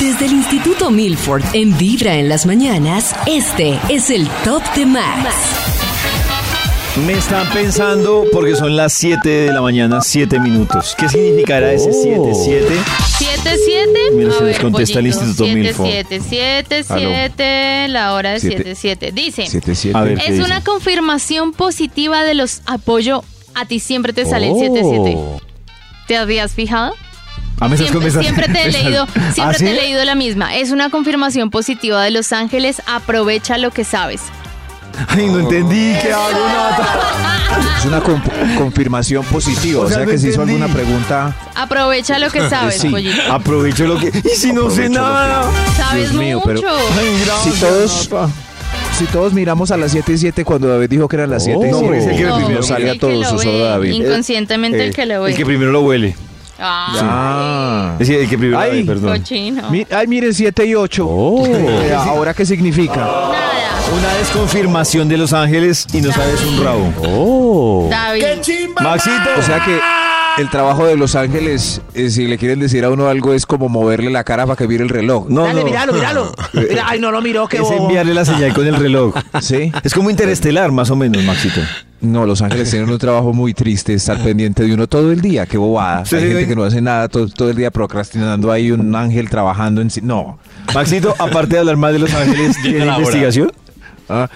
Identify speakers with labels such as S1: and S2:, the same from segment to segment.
S1: Desde el Instituto Milford, en Vibra en las mañanas, este es el Top de Max.
S2: Me están pensando porque son las 7 de la mañana, 7 minutos. ¿Qué significará ese 7-7?
S3: 77.
S2: Mira, se les
S3: A ver,
S2: contesta el
S3: pollito.
S2: Instituto Milfo.
S3: 7777, la hora de
S4: Siete.
S3: 77. Dice,
S4: 77.
S2: A ver, ¿qué
S3: es una
S2: dice?
S3: confirmación positiva de los apoyo a ti siempre te sale
S4: Oh.
S3: el 77. ¿Te habías fijado?
S2: Ah, me estás
S3: Siempre,
S2: contestando.
S3: siempre te he leído, siempre
S2: ¿Ah,
S3: te
S2: sí?
S3: he leído la misma. Es una confirmación positiva de Los Ángeles, aprovecha lo que sabes.
S2: Ay, no entendí.
S3: Oh.
S2: ¿Qué hago, Nata?
S4: Es una comp- confirmación positiva. O sea,
S2: no
S4: que se hizo
S2: entendí.
S4: alguna pregunta.
S3: Aprovecha lo que sabes,
S4: Sí.
S3: pollito.
S2: Aprovecho lo que. Y si no sé
S4: Aprovecho lo
S2: nada.
S3: Sabes
S4: Dios mío,
S3: mucho.
S4: pero-
S2: Ay,
S4: Si
S3: Oh,
S2: gracias,
S4: todos,
S2: Nata.
S4: si todos miramos a las 7 y 7 cuando David dijo que eran las 7 y
S2: No,
S4: 7,
S2: porque es el que
S4: nos
S2: primero
S4: sale
S3: el
S4: a
S3: que
S4: todos,
S3: lo
S4: eso
S3: ve,
S4: solo David.
S3: Inconscientemente
S4: Eh,
S3: el que lo ve.
S2: El que primero lo huele.
S3: Ah,
S4: Ah.
S2: Es el que primero
S4: Ay.
S2: lo huele, perdón.
S3: cochino.
S4: Mi- ay, miren 7 y 8.
S2: Oh.
S4: Ahora, ¿qué significa?
S3: Nada.
S2: Una desconfirmación de Los Ángeles y no sabes un rabo.
S4: Oh.
S3: David.
S5: ¡Qué chimba!
S2: Maxito.
S4: O sea que el trabajo de Los Ángeles, eh, si le quieren decir a uno algo, es como moverle la cara para que mire el reloj.
S2: No,
S6: Dale,
S2: no.
S6: míralo, míralo.
S4: Ah.
S6: Mira, ay, no lo miró, qué
S2: Es
S6: bobo.
S2: enviarle la señal con el reloj.
S4: Sí.
S2: Es como interestelar, más o menos, Maxito.
S4: No, Los Ángeles tienen un trabajo muy triste, estar pendiente de uno todo el día. Qué bobada.
S2: Sí,
S4: Hay
S2: sí,
S4: gente
S2: sí.
S4: que no hace nada todo, todo el día procrastinando ahí, un ángel trabajando en sí. No.
S2: Maxito, aparte de hablar más de Los Ángeles, ¿tiene investigación?
S4: Ah,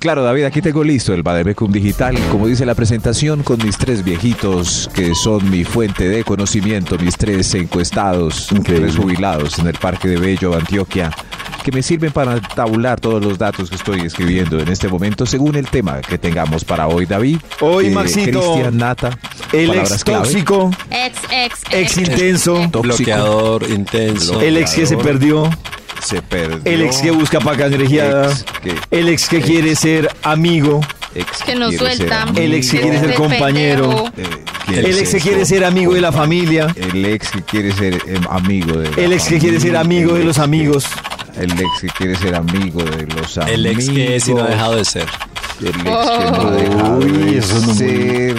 S4: Claro, David, aquí tengo listo el Bademecum Digital. Como dice la presentación, con mis tres viejitos, que son mi fuente de conocimiento, mis tres encuestados,
S2: Increíble.
S4: tres jubilados en el Parque de Bello, Antioquia, que me sirven para tabular todos los datos que estoy escribiendo en este momento, según el tema que tengamos para hoy, David.
S2: Hoy,
S4: Eh,
S2: Maxito,
S4: Cristian Nata.
S2: El
S4: palabras
S2: ex
S4: clave.
S2: tóxico,
S3: Ex, ex,
S2: ex intenso,
S4: Tóxico.
S7: Bloqueador intenso.
S2: el ex que se perdió,
S4: Se perdió.
S2: el ex que busca pa' cangrejeada,
S4: Ex que-
S2: el ex que quiere ser amigo,
S4: ex
S3: que no
S4: quiere ser
S3: suelta.
S4: amigo,
S2: El ex que quiere ser
S3: Este
S2: compañero.
S3: pendejo.
S4: eh,
S2: el ex que
S4: ser
S2: quiere ser amigo de la familia,
S4: El ex que quiere ser eh, amigo de. la
S2: el ex que quiere ser
S4: familia,
S2: amigo
S4: el
S2: de los
S4: ex que-
S2: amigos,
S4: El ex que quiere ser amigo de los amigos.
S7: El ex que es y no ha dejado de ser.
S4: El ex que no ha
S3: Oh.
S4: dejado
S2: Uy,
S4: de
S2: eso no muy-
S4: ser.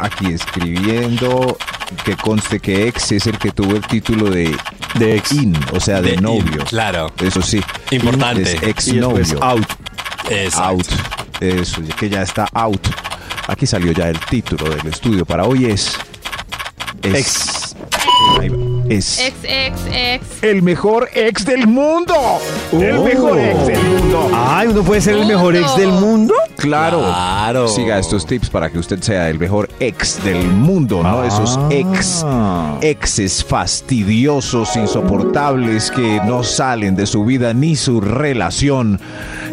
S4: Aquí escribiendo que conste que ex es el que tuvo el título de.
S2: De ex.
S4: In, o sea, de,
S7: De in,
S4: novio.
S7: claro.
S4: Eso sí.
S7: Importante.
S4: Es ex
S2: y después
S4: novio.
S2: out.
S7: Exacto.
S4: Out. Eso, que ya está out. Aquí salió ya el título del estudio para hoy es.
S2: Ex.
S4: Ahí va. Es.
S3: Ex, ex, ex.
S4: El mejor ex del mundo. El mejor ex del mundo.
S2: Ay, uno puede ser el mejor ex del mundo.
S4: Claro.
S7: Claro.
S4: Siga estos tips para que usted sea el mejor ex del mundo, ¿no? Esos ex, exes fastidiosos, insoportables que no salen de su vida ni su relación.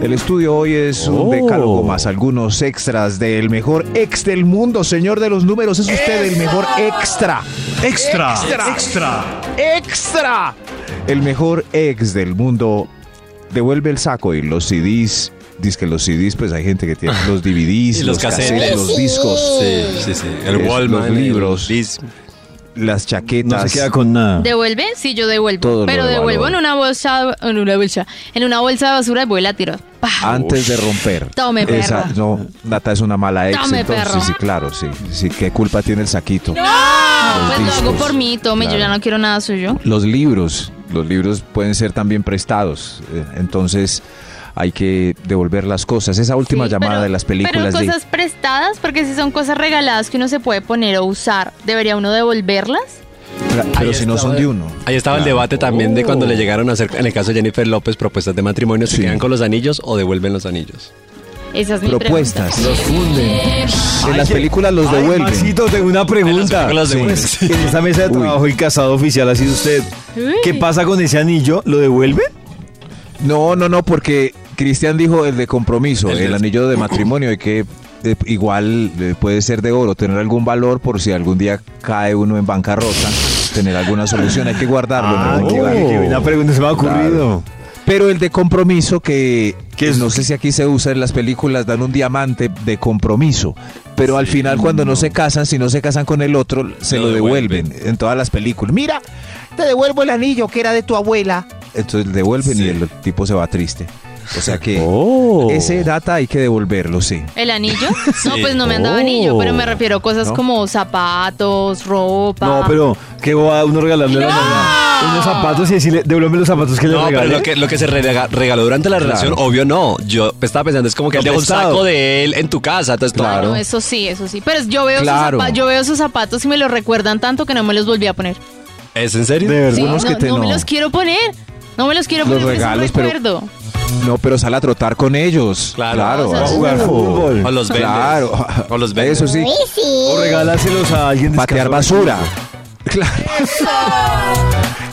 S4: El estudio hoy es un decálogo más algunos extras del mejor ex del mundo, señor de los números. Es usted el mejor extra.
S5: Extra,
S4: Extra.
S5: extra.
S4: ¡Extra! El mejor ex del mundo devuelve el saco y los CDs. Dice que los CDs, pues hay gente que tiene los DVDs,
S7: Y
S4: los,
S7: los
S4: cassettes,
S7: cassettes.
S4: los discos,
S7: Sí, sí, sí. El
S4: Es-
S7: Wallman.
S4: los libros.
S7: el disc.
S4: las
S2: No
S4: chaquetas.
S2: se queda con nada.
S3: ¿Devuelve? Sí, yo devuelvo.
S4: Todo lo
S3: pero
S4: de
S3: devuelvo
S4: valor.
S3: en una bolsa, en una bolsa, en una bolsa de basura y voy y la tiro. Pa.
S4: antes de romper.
S3: Tome, perro.
S4: Esa, no, Nata es una mala ex,
S3: Tome,
S4: entonces
S3: perro.
S4: sí, claro, sí, sí, qué culpa tiene el saquito.
S3: No, pues lo
S4: discos.
S3: hago por mí, tome, yo
S4: Ah, Claro.
S3: ya no quiero nada suyo.
S4: Los libros, los libros pueden ser también prestados, eh, entonces hay que devolver las cosas. Esa última
S3: Sí,
S4: llamada
S3: pero-
S4: de las películas
S3: Pero
S4: de-
S3: cosas prestadas, porque si son cosas regaladas que uno se puede poner o usar, ¿debería uno devolverlas?
S4: Pero
S7: Ahí
S4: si no
S7: estaba-
S4: son de uno.
S7: Ahí estaba el
S4: Claro.
S7: debate también de cuando le llegaron a hacer, en el caso de Jennifer López, propuestas de matrimonio, si
S4: Sí.
S7: quedan con los anillos o devuelven los anillos.
S3: Esa es mi
S4: propuestas.
S3: pregunta.
S4: Los funden. En
S2: Ay,
S4: las
S2: que-
S4: películas los
S2: Ay,
S4: devuelven.
S2: Maxito, tengo una pregunta. Pues,
S7: En las películas devuelven, sí.
S2: En esta mesa de
S4: Uy.
S2: trabajo el casado oficial ha sido usted.
S3: Uy.
S2: ¿Qué pasa con ese anillo? ¿Lo devuelve?
S4: No, no, no, porque Cristian dijo el de compromiso, el,
S7: El de-
S4: anillo de matrimonio y que eh, igual eh, puede ser de oro, tener algún valor por si algún día cae uno en bancarrota, tener alguna solución, hay que guardarlo. en algún
S2: Ah, qué,
S4: lugar.
S2: qué buena pregunta, se me ha
S4: Claro.
S2: ocurrido.
S4: Pero el de compromiso, que,
S2: ¿Qué es?
S4: no sé si aquí se usa en las películas, dan un diamante de compromiso. Pero al final, cuando no. se casan, si no se casan con el otro, se
S7: Lo
S4: lo devuelven. en todas las películas. Mira,
S6: Te devuelvo el anillo que era de tu abuela.
S4: entonces le devuelven
S7: Sí. Oh.
S4: y el tipo se va triste. O sea que ese data hay que devolverlo, sí.
S3: ¿El anillo? No, pues no me han dado anillo, pero me refiero a cosas como zapatos, ropa.
S2: No, pero que va uno a regalarle a la mamá unos zapatos y decirle, devuélveme los zapatos que le
S7: No, pero
S2: regalé.
S7: lo que, lo que se rega- regaló durante la
S4: Claro.
S7: relación, obvio no. Yo estaba pensando, es como que
S2: Lo
S7: él dejó un
S2: prestado.
S7: saco de él en tu casa. Entonces,
S3: Ah,
S7: claro.
S3: no, eso sí, eso sí. Pero yo veo,
S4: Claro.
S3: esos zapa- yo veo esos zapatos y me los recuerdan tanto que no me los volví a poner.
S7: ¿Es en serio?
S2: De verdad.
S3: Sí, no,
S4: Algunos que te
S3: no me
S4: no.
S3: los quiero poner. No me los quiero
S4: Los
S3: poner porque es un
S4: regalos, pero-
S3: recuerdo.
S4: No, pero sale a trotar con ellos.
S7: Claro.
S4: Claro.
S3: O sea,
S2: Va a jugar
S4: Oh.
S2: fútbol.
S7: O los vendes.
S4: Claro.
S7: O los vendes.
S4: Eso sí.
S2: O regálaselos a alguien
S4: patear
S2: descalzo.
S4: basura. Claro.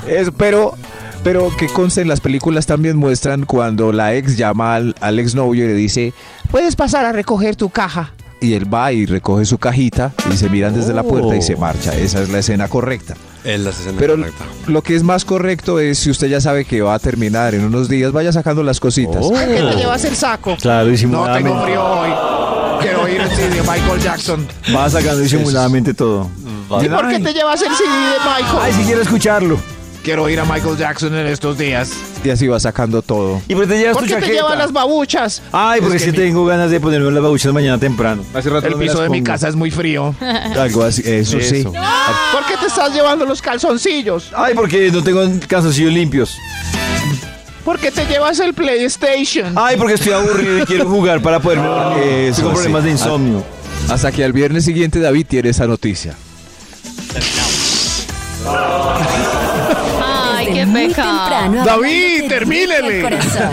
S4: Es- pero, pero que conste, en las películas también muestran cuando la ex llama al, al exnovio y le dice,
S6: Puedes pasar a recoger tu caja.
S4: y él va y recoge su cajita y se miran desde la puerta y se
S6: Oh.
S4: marcha. Esa es la escena correcta.
S7: Es la escena
S4: Pero
S7: correcta.
S4: lo que es más correcto es si usted ya sabe que va a terminar en unos días, vaya sacando las cositas.
S6: ¿Por qué te llevas el saco?
S2: Claro,
S5: No
S2: disimuladamente.
S5: tengo frío hoy. Quiero oír el CD de Michael Jackson.
S2: Va sacando disimuladamente todo.
S6: ¿Y por qué te llevas el CD de Michael?
S2: Ay, si quiero escucharlo.
S5: Quiero oír a Michael Jackson en estos días.
S4: Y así va sacando todo.
S2: ¿Y por qué te llevas
S6: ¿Por
S2: tu
S6: qué te
S2: chaqueta?
S6: llevas las babuchas?
S2: Ay, porque es que, tengo ganas de ponerme las babuchas mañana temprano. Hace rato
S5: El
S2: no me
S5: piso
S2: las
S5: de mi
S2: pongo.
S5: casa es muy frío.
S4: Algo así, eso, sí.
S2: Eso.
S6: ¿Por qué te estás llevando los calzoncillos?
S2: Ay, porque no tengo calzoncillos limpios.
S6: ¿Por qué te llevas el PlayStation?
S2: Ay, porque estoy aburrido y quiero jugar para poderme dormir.
S4: Eso,
S2: tengo
S4: sí.
S2: problemas de insomnio.
S4: Hasta que al viernes siguiente David tiene esa noticia.
S3: Ay,
S1: Desde
S3: qué
S1: muy
S3: pecado.
S1: temprano,
S5: David,
S1: hablándote
S5: termínele.
S1: directo al corazón.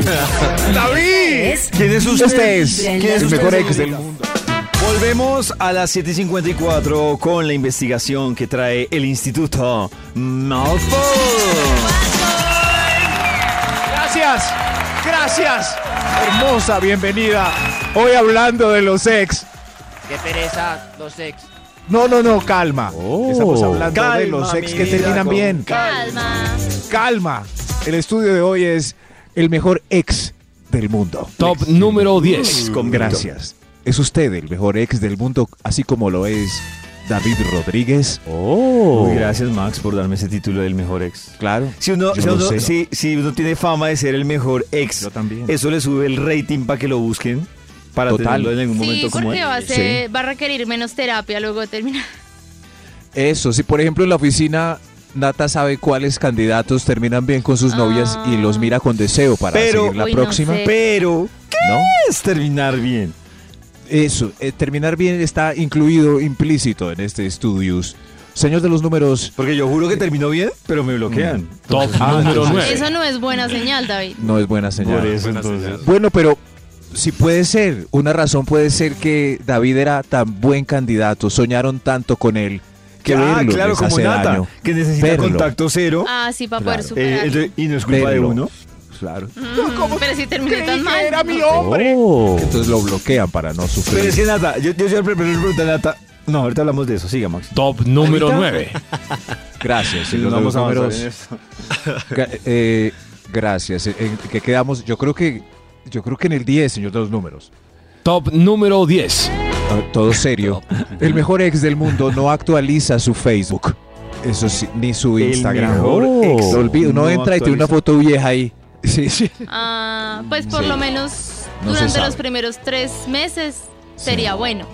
S5: ¡David!
S1: Es
S2: ¿Quién es usted?
S4: Este es,
S1: ¿Quién
S4: el
S1: es usted?
S4: mejor ex del mundo.
S2: Volvemos a las 7.54 con la investigación que trae el Instituto Malfoy.
S5: Gracias, gracias. Hermosa bienvenida. Hoy hablando de los ex.
S6: Qué pereza, los ex.
S5: No, no, no, calma.
S4: Oh.
S5: Estamos hablando de
S2: Calma,
S5: los ex
S2: mi
S5: que
S2: vida,
S5: terminan
S2: con
S5: bien.
S3: Calma.
S5: Calma. El estudio de hoy es el mejor ex del mundo.
S8: Top número 10.
S4: Con gracias. Es usted el mejor ex del mundo, así como lo es David Rodríguez. Oh.
S2: Muy gracias, Max, por darme ese título del mejor ex.
S4: Claro.
S2: Si uno,
S4: Yo
S2: si
S4: lo
S2: uno-
S4: sé.
S2: si- si uno tiene fama de ser el mejor ex,
S4: Yo también.
S2: eso le sube el rating para que lo busquen. Para
S4: Total.
S2: tenerlo en algún momento
S3: Sí,
S2: como
S3: porque
S2: él.
S3: va a, ser, va a requerir menos terapia luego de terminar.
S4: Eso, si por ejemplo en la oficina Nata sabe cuáles candidatos terminan bien con sus novias y los mira con deseo para
S2: Pero-
S4: seguir la
S3: Ah. Uy, no
S4: próxima.
S3: sé.
S2: Pero, ¿qué
S4: ¿No?
S2: es terminar bien?
S4: Eso, eh, terminar bien está incluido, implícito en este estudios. Señor de los números,
S2: Porque yo juro que terminó bien, pero me
S4: Mm,
S2: bloquean.
S8: Top número 9.
S3: Eso no es buena señal, David.
S4: no es buena señal.
S2: Ah, Por eso, entonces.
S4: Bueno, pero si puede ser, una razón puede ser que David era tan buen candidato, soñaron tanto con él que
S2: ah,
S4: verlo
S2: claro,
S4: les
S2: como
S4: hace
S2: Nata,
S4: daño.
S2: que necesita
S4: Verlo.
S2: contacto cero.
S3: Ah, sí, para poder
S4: Claro.
S2: eh,
S3: superar.
S2: entonces- y no es culpa de
S4: Verlo.
S2: uno.
S4: Claro.
S3: Mm, pero si terminé
S5: Creí
S3: tan mal.
S5: que era mi hombre.
S4: Entonces lo bloquean para no sufrir.
S2: Pero es que Nata, yo, yo siempre le pregunto a Nata. No, ahorita hablamos de eso, siga Max.
S8: Top número 9.
S4: Gracias.
S2: Si
S4: señor
S2: nos
S4: de
S2: vamos
S4: los
S2: a avanzar
S4: números.
S2: en este esto.
S4: Ga- eh, gracias. Eh, ¿En qué quedamos? Yo creo que yo creo que en el 10, señor de los números.
S8: Top número 10.
S4: Ah, Todo serio. el mejor ex del mundo no actualiza su Facebook. Eso sí, ni su
S2: El
S4: Instagram.
S2: mejor ex.
S4: Lo olvido. Uno
S2: No
S4: entra y tiene una
S2: actualiza.
S4: foto vieja ahí. Sí, sí.
S3: Ah, pues por
S4: Mm, Sí.
S3: lo menos
S4: No se
S3: durante
S4: sabe.
S3: los primeros tres meses sería bueno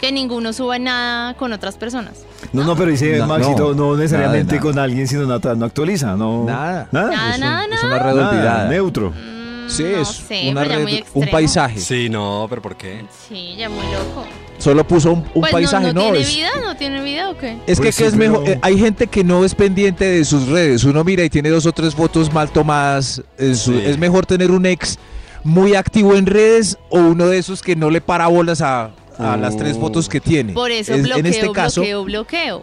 S3: que ninguno suba nada con otras personas.
S2: No, no, pero dice
S4: No,
S2: Maxito, no,
S4: no,
S2: necesariamente
S4: nada de nada.
S2: con alguien, sino Nata no actualiza, no.
S4: Nada.
S2: Nada.
S3: Nada,
S4: un-
S3: nada,
S4: Ah, es una
S3: nada.
S4: red
S2: Nada,
S4: olvidada.
S2: Neutro.
S3: Mm,
S4: Sí,
S3: no
S4: es
S3: sé,
S4: una
S3: pero ya
S4: red,
S3: muy
S4: un
S3: extremo.
S4: paisaje.
S7: Sí, no, pero ¿por qué?
S3: Sí, ya muy loco.
S4: Solo puso un, un
S3: Pues no-
S4: paisaje,
S3: no,
S4: no,
S3: tiene
S4: es-
S3: vida, no tiene vida o qué.
S4: Es
S2: Pues
S4: que, ¿qué
S2: sí,
S4: es mejor.
S2: pero-
S4: Eh, hay gente que no es pendiente de sus redes. Uno mira y tiene dos o tres fotos mal tomadas. en su-
S7: Sí.
S4: Es mejor tener un ex muy activo en redes o uno de esos que no le para bolas a, a las tres fotos que tiene.
S3: Por eso
S4: Es-
S3: bloqueo,
S4: en este caso,
S3: bloqueo, bloqueo.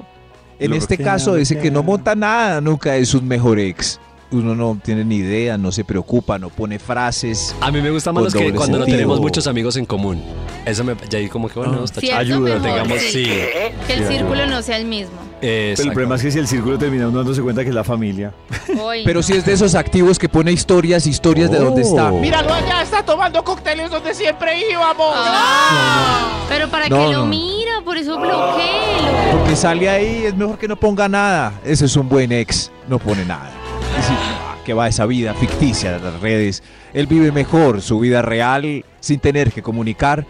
S4: en este
S2: Bloquea,
S4: caso, ese que no
S2: bloquea.
S4: monta nada nunca es un mejor ex. uno no tiene ni idea, no se preocupa, no pone frases.
S7: A mí me gusta más
S4: Con
S7: los que
S4: doble
S7: cuando no
S4: sentido. Ah.
S7: tenemos muchos amigos en común. Eso me. Ya ahí como que bueno, está
S3: Cierto,
S7: chévere.
S3: mejor,
S7: tengamos.
S3: sí.
S7: Sí.
S3: Que el círculo no sea el mismo.
S2: Pero el problema es que si el círculo termina uno dándose cuenta que es la familia.
S3: Hoy.
S5: Pero si es de esos activos que pone historias, historias de dónde está.
S2: Oh.
S6: Míralo allá, está tomando cócteles donde siempre íbamos.
S3: Ah, Pero para
S4: No,
S3: que lo
S4: no.
S3: mira, por eso bloqueé.
S4: Porque sale ahí, es mejor que no ponga nada. Ese es un buen ex, no pone nada. Y sí, ah, que va esa vida ficticia de las redes. Él vive mejor su vida real sin tener que comunicar.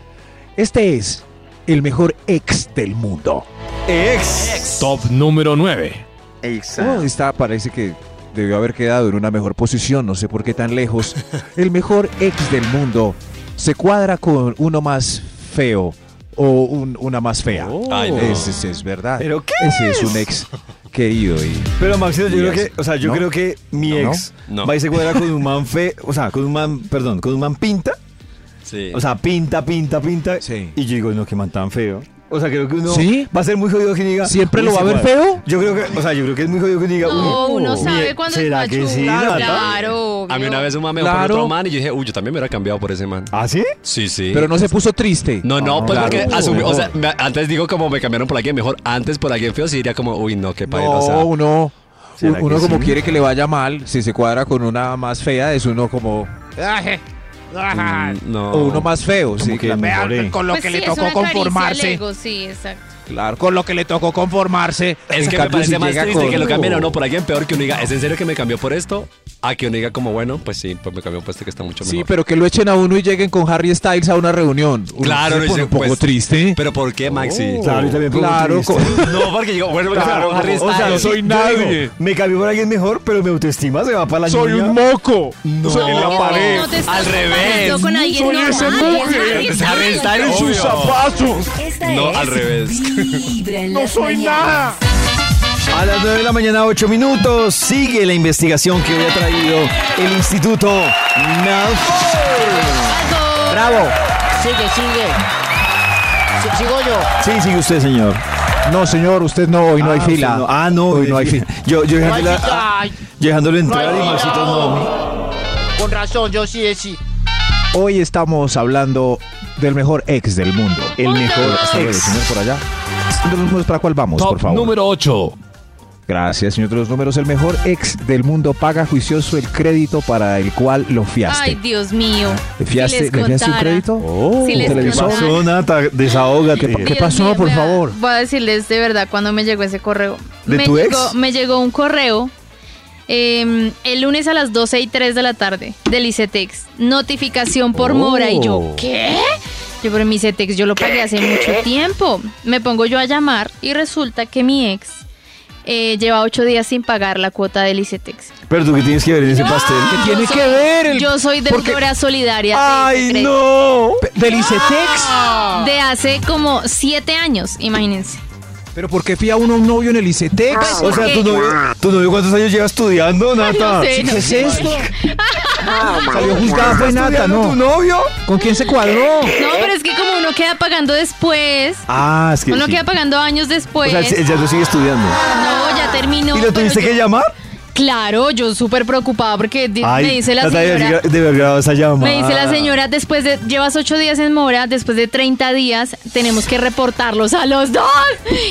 S4: Este es el mejor ex del mundo.
S8: Top número 9.
S4: Oh, está, parece que debió haber quedado en una mejor posición, no sé por qué tan lejos. El mejor ex del mundo se cuadra con uno más feo o un- una más fea.
S7: Ay, no.
S4: Ese, ese es verdad.
S2: ¿Pero qué
S4: Ese es?
S2: es?
S4: un ex querido y
S2: Pero Maxito, yo
S4: Y
S2: creo
S4: es-
S2: que, o sea, yo
S4: ¿no?
S2: creo que mi
S4: No,
S2: ex
S7: no. No.
S2: va y se cuadra con un man fe, o sea, con un man, perdón, con un man pinta,
S7: Sí.
S2: o sea, pinta, pinta, pinta,
S4: Sí.
S2: y yo digo, no, que man tan feo. O sea, creo que uno
S4: ¿Sí?
S2: va a ser muy jodido que diga.
S4: ¿Siempre
S2: "Uy,
S4: lo
S2: se
S4: va a ver
S2: cuadra".
S4: feo?
S2: Yo creo que, o sea, yo creo que es muy jodido que diga.
S3: No,
S2: "Uy,
S3: uno
S2: mi
S3: sabe
S2: ex,
S3: cuando
S2: ¿Será
S3: es
S2: que sí?
S3: machuca?
S2: ¿Será tal?".
S3: Claro.
S7: a mí una vez un man me dejó
S4: Claro.
S7: por otro man y yo dije, uy, yo también me hubiera cambiado por ese man.
S2: ¿Ah, sí?
S7: Sí, sí.
S4: Pero no se puso triste.
S7: No, no, pues
S4: claro,
S7: porque
S4: no,
S7: asumí-
S4: no.
S7: o sea, me- antes digo como me cambiaron por alguien mejor, antes por alguien feo, sí diría como, uy, no, qué paila,
S4: No,
S7: o sea,
S4: uno,
S2: ¿Será
S4: uno
S2: que
S4: como
S2: sí?
S4: quiere que le vaya mal, si se cuadra con una más fea, es uno como...
S6: Aje, ajá.
S7: mm, no.
S4: O uno más feo, sí.
S2: Como que la
S6: Vea,
S2: mejoré.
S6: con lo
S3: Pues
S6: que
S3: sí,
S6: le
S3: es
S6: tocó
S3: una caricia al
S6: conformarse.
S3: ego, sí, exacto.
S4: Claro,
S6: Con lo que le tocó conformarse.
S4: En
S7: Es que me
S4: cambio,
S7: parece
S4: si
S7: más
S4: llega
S7: triste
S4: con-
S7: que lo cambien a uno por alguien peor que uno diga, ¿es en serio que me cambió por esto? A que uno diga como, bueno, pues sí, pues me cambió por este que está mucho mejor.
S4: Sí, pero que lo echen a uno y lleguen con Harry Styles a una reunión. Uno se
S7: Claro, no,
S4: pone
S7: dice,
S4: un poco
S7: pues,
S4: triste. Oh.
S7: ¿Pero por qué, Maxi?
S2: Claro, yo también pongo
S4: Claro,
S2: triste.
S4: co-
S7: No, porque digo, bueno, me cambiaron Harry
S2: o sea,
S7: Styles.
S2: no soy nadie. Me cambió por alguien mejor, pero mi autoestima se va para la
S5: Soy
S2: ñoña.
S5: un moco.
S7: No.
S5: Soy en la pared.
S3: No te estás
S7: Al revés.
S3: comparando Con alguien
S5: Soy
S3: normal,
S5: ese
S3: es
S5: monje.
S3: Harry
S7: Es Harry
S3: Styles.
S7: Styles.
S5: sus
S7: Obvio.
S5: zapatos.
S1: Esta
S7: No,
S1: es
S7: al revés.
S1: Vibra en
S5: No
S1: las
S5: soy
S1: mañanas.
S5: nada.
S2: A las 9 de la mañana, 8 minutos, sigue la investigación que hoy ha traído el Instituto Malfoy. ¡Bravo!
S9: Sigue, sigue. Si- sigo yo.
S2: Sí, sigue usted, señor.
S4: No, señor, usted no, hoy no hay
S2: Ah,
S4: fila.
S2: usted no. Ah, no.
S4: Hoy no hay fila.
S2: Yo, yo
S9: No hay
S2: dejándole,
S9: fila. Ay,
S2: dejándole entrar
S9: No
S2: y
S9: hay
S2: Maxito no.
S9: Con razón, yo sí, sí.
S4: Hoy estamos hablando del mejor ex del mundo.
S2: El mejor
S4: Hasta luego,
S2: ex.
S4: señor, por allá. Señor de los números, ¿Para cuál vamos, por
S8: Top
S4: favor?
S8: número 8.
S4: Gracias, señor de los números. El mejor ex del mundo paga juicioso el crédito para el cual lo fiaste.
S3: Ay, Dios mío.
S4: ¿Le fiaste,
S3: Si les
S4: le fiaste un
S3: contara.
S4: crédito? Oh,
S3: Si les
S4: ¿Un
S2: ¿Qué
S4: televisor?
S3: contara.
S2: pasó, Nata? Desahógate.
S4: ¿Qué
S3: Dios
S4: pasó,
S3: mío,
S4: por
S3: voy a-
S4: favor?
S3: Voy a decirles de verdad cuando me llegó ese correo.
S2: ¿De
S3: me
S2: tu ex?
S3: llegó, Me llegó un correo eh, el lunes a las 12 y 3 de la tarde del ICETEX. Notificación por mora. Y yo,
S4: Oh.
S3: ¿qué? Yo, pero mi ICETEX yo lo pagué hace mucho tiempo. Me pongo yo a llamar y resulta que mi ex eh, lleva ocho días sin pagar la cuota del ICETEX.
S2: Pero tú, ¿qué tienes que ver en ese pastel?
S3: Yo
S4: tiene
S3: soy-
S4: que ver el-
S3: Yo soy
S4: porque-
S3: deudora solidaria. de
S2: ¡Ay,
S3: ICETEX
S2: no!
S4: ¿Del ICETEX?
S3: De hace como siete años, imagínense.
S4: ¿Pero por qué fía uno a un novio en el ICETEX?
S3: Ah.
S2: O sea, ¿tu novio, tu novio cuántos años lleva estudiando, Nata?
S3: No sé, no
S4: ¿Qué es esto? Salió juzgada fue Nata,
S2: ¿Estudiando
S4: ¿no?
S2: tu novio?
S4: ¿Con quién se cuadró?
S3: No, pero es que como uno queda pagando después,
S2: Ah, es que.
S3: uno
S2: ¿Eh? sí.
S3: queda pagando años
S2: O
S3: después.
S2: sea, él ya lo sigue estudiando.
S3: no, ya terminó.
S2: ¿Y lo
S3: pero
S2: tuviste
S3: yo-
S2: que llamar?
S3: Claro, yo súper preocupada porque di- me dice la
S2: Natalia,
S3: señora.
S2: De verdad, esa llamada.
S3: Me dice la
S2: Pues
S3: señora, después de, llevas ocho días en mora, después de 30 días, tenemos que reportarlos a los dos.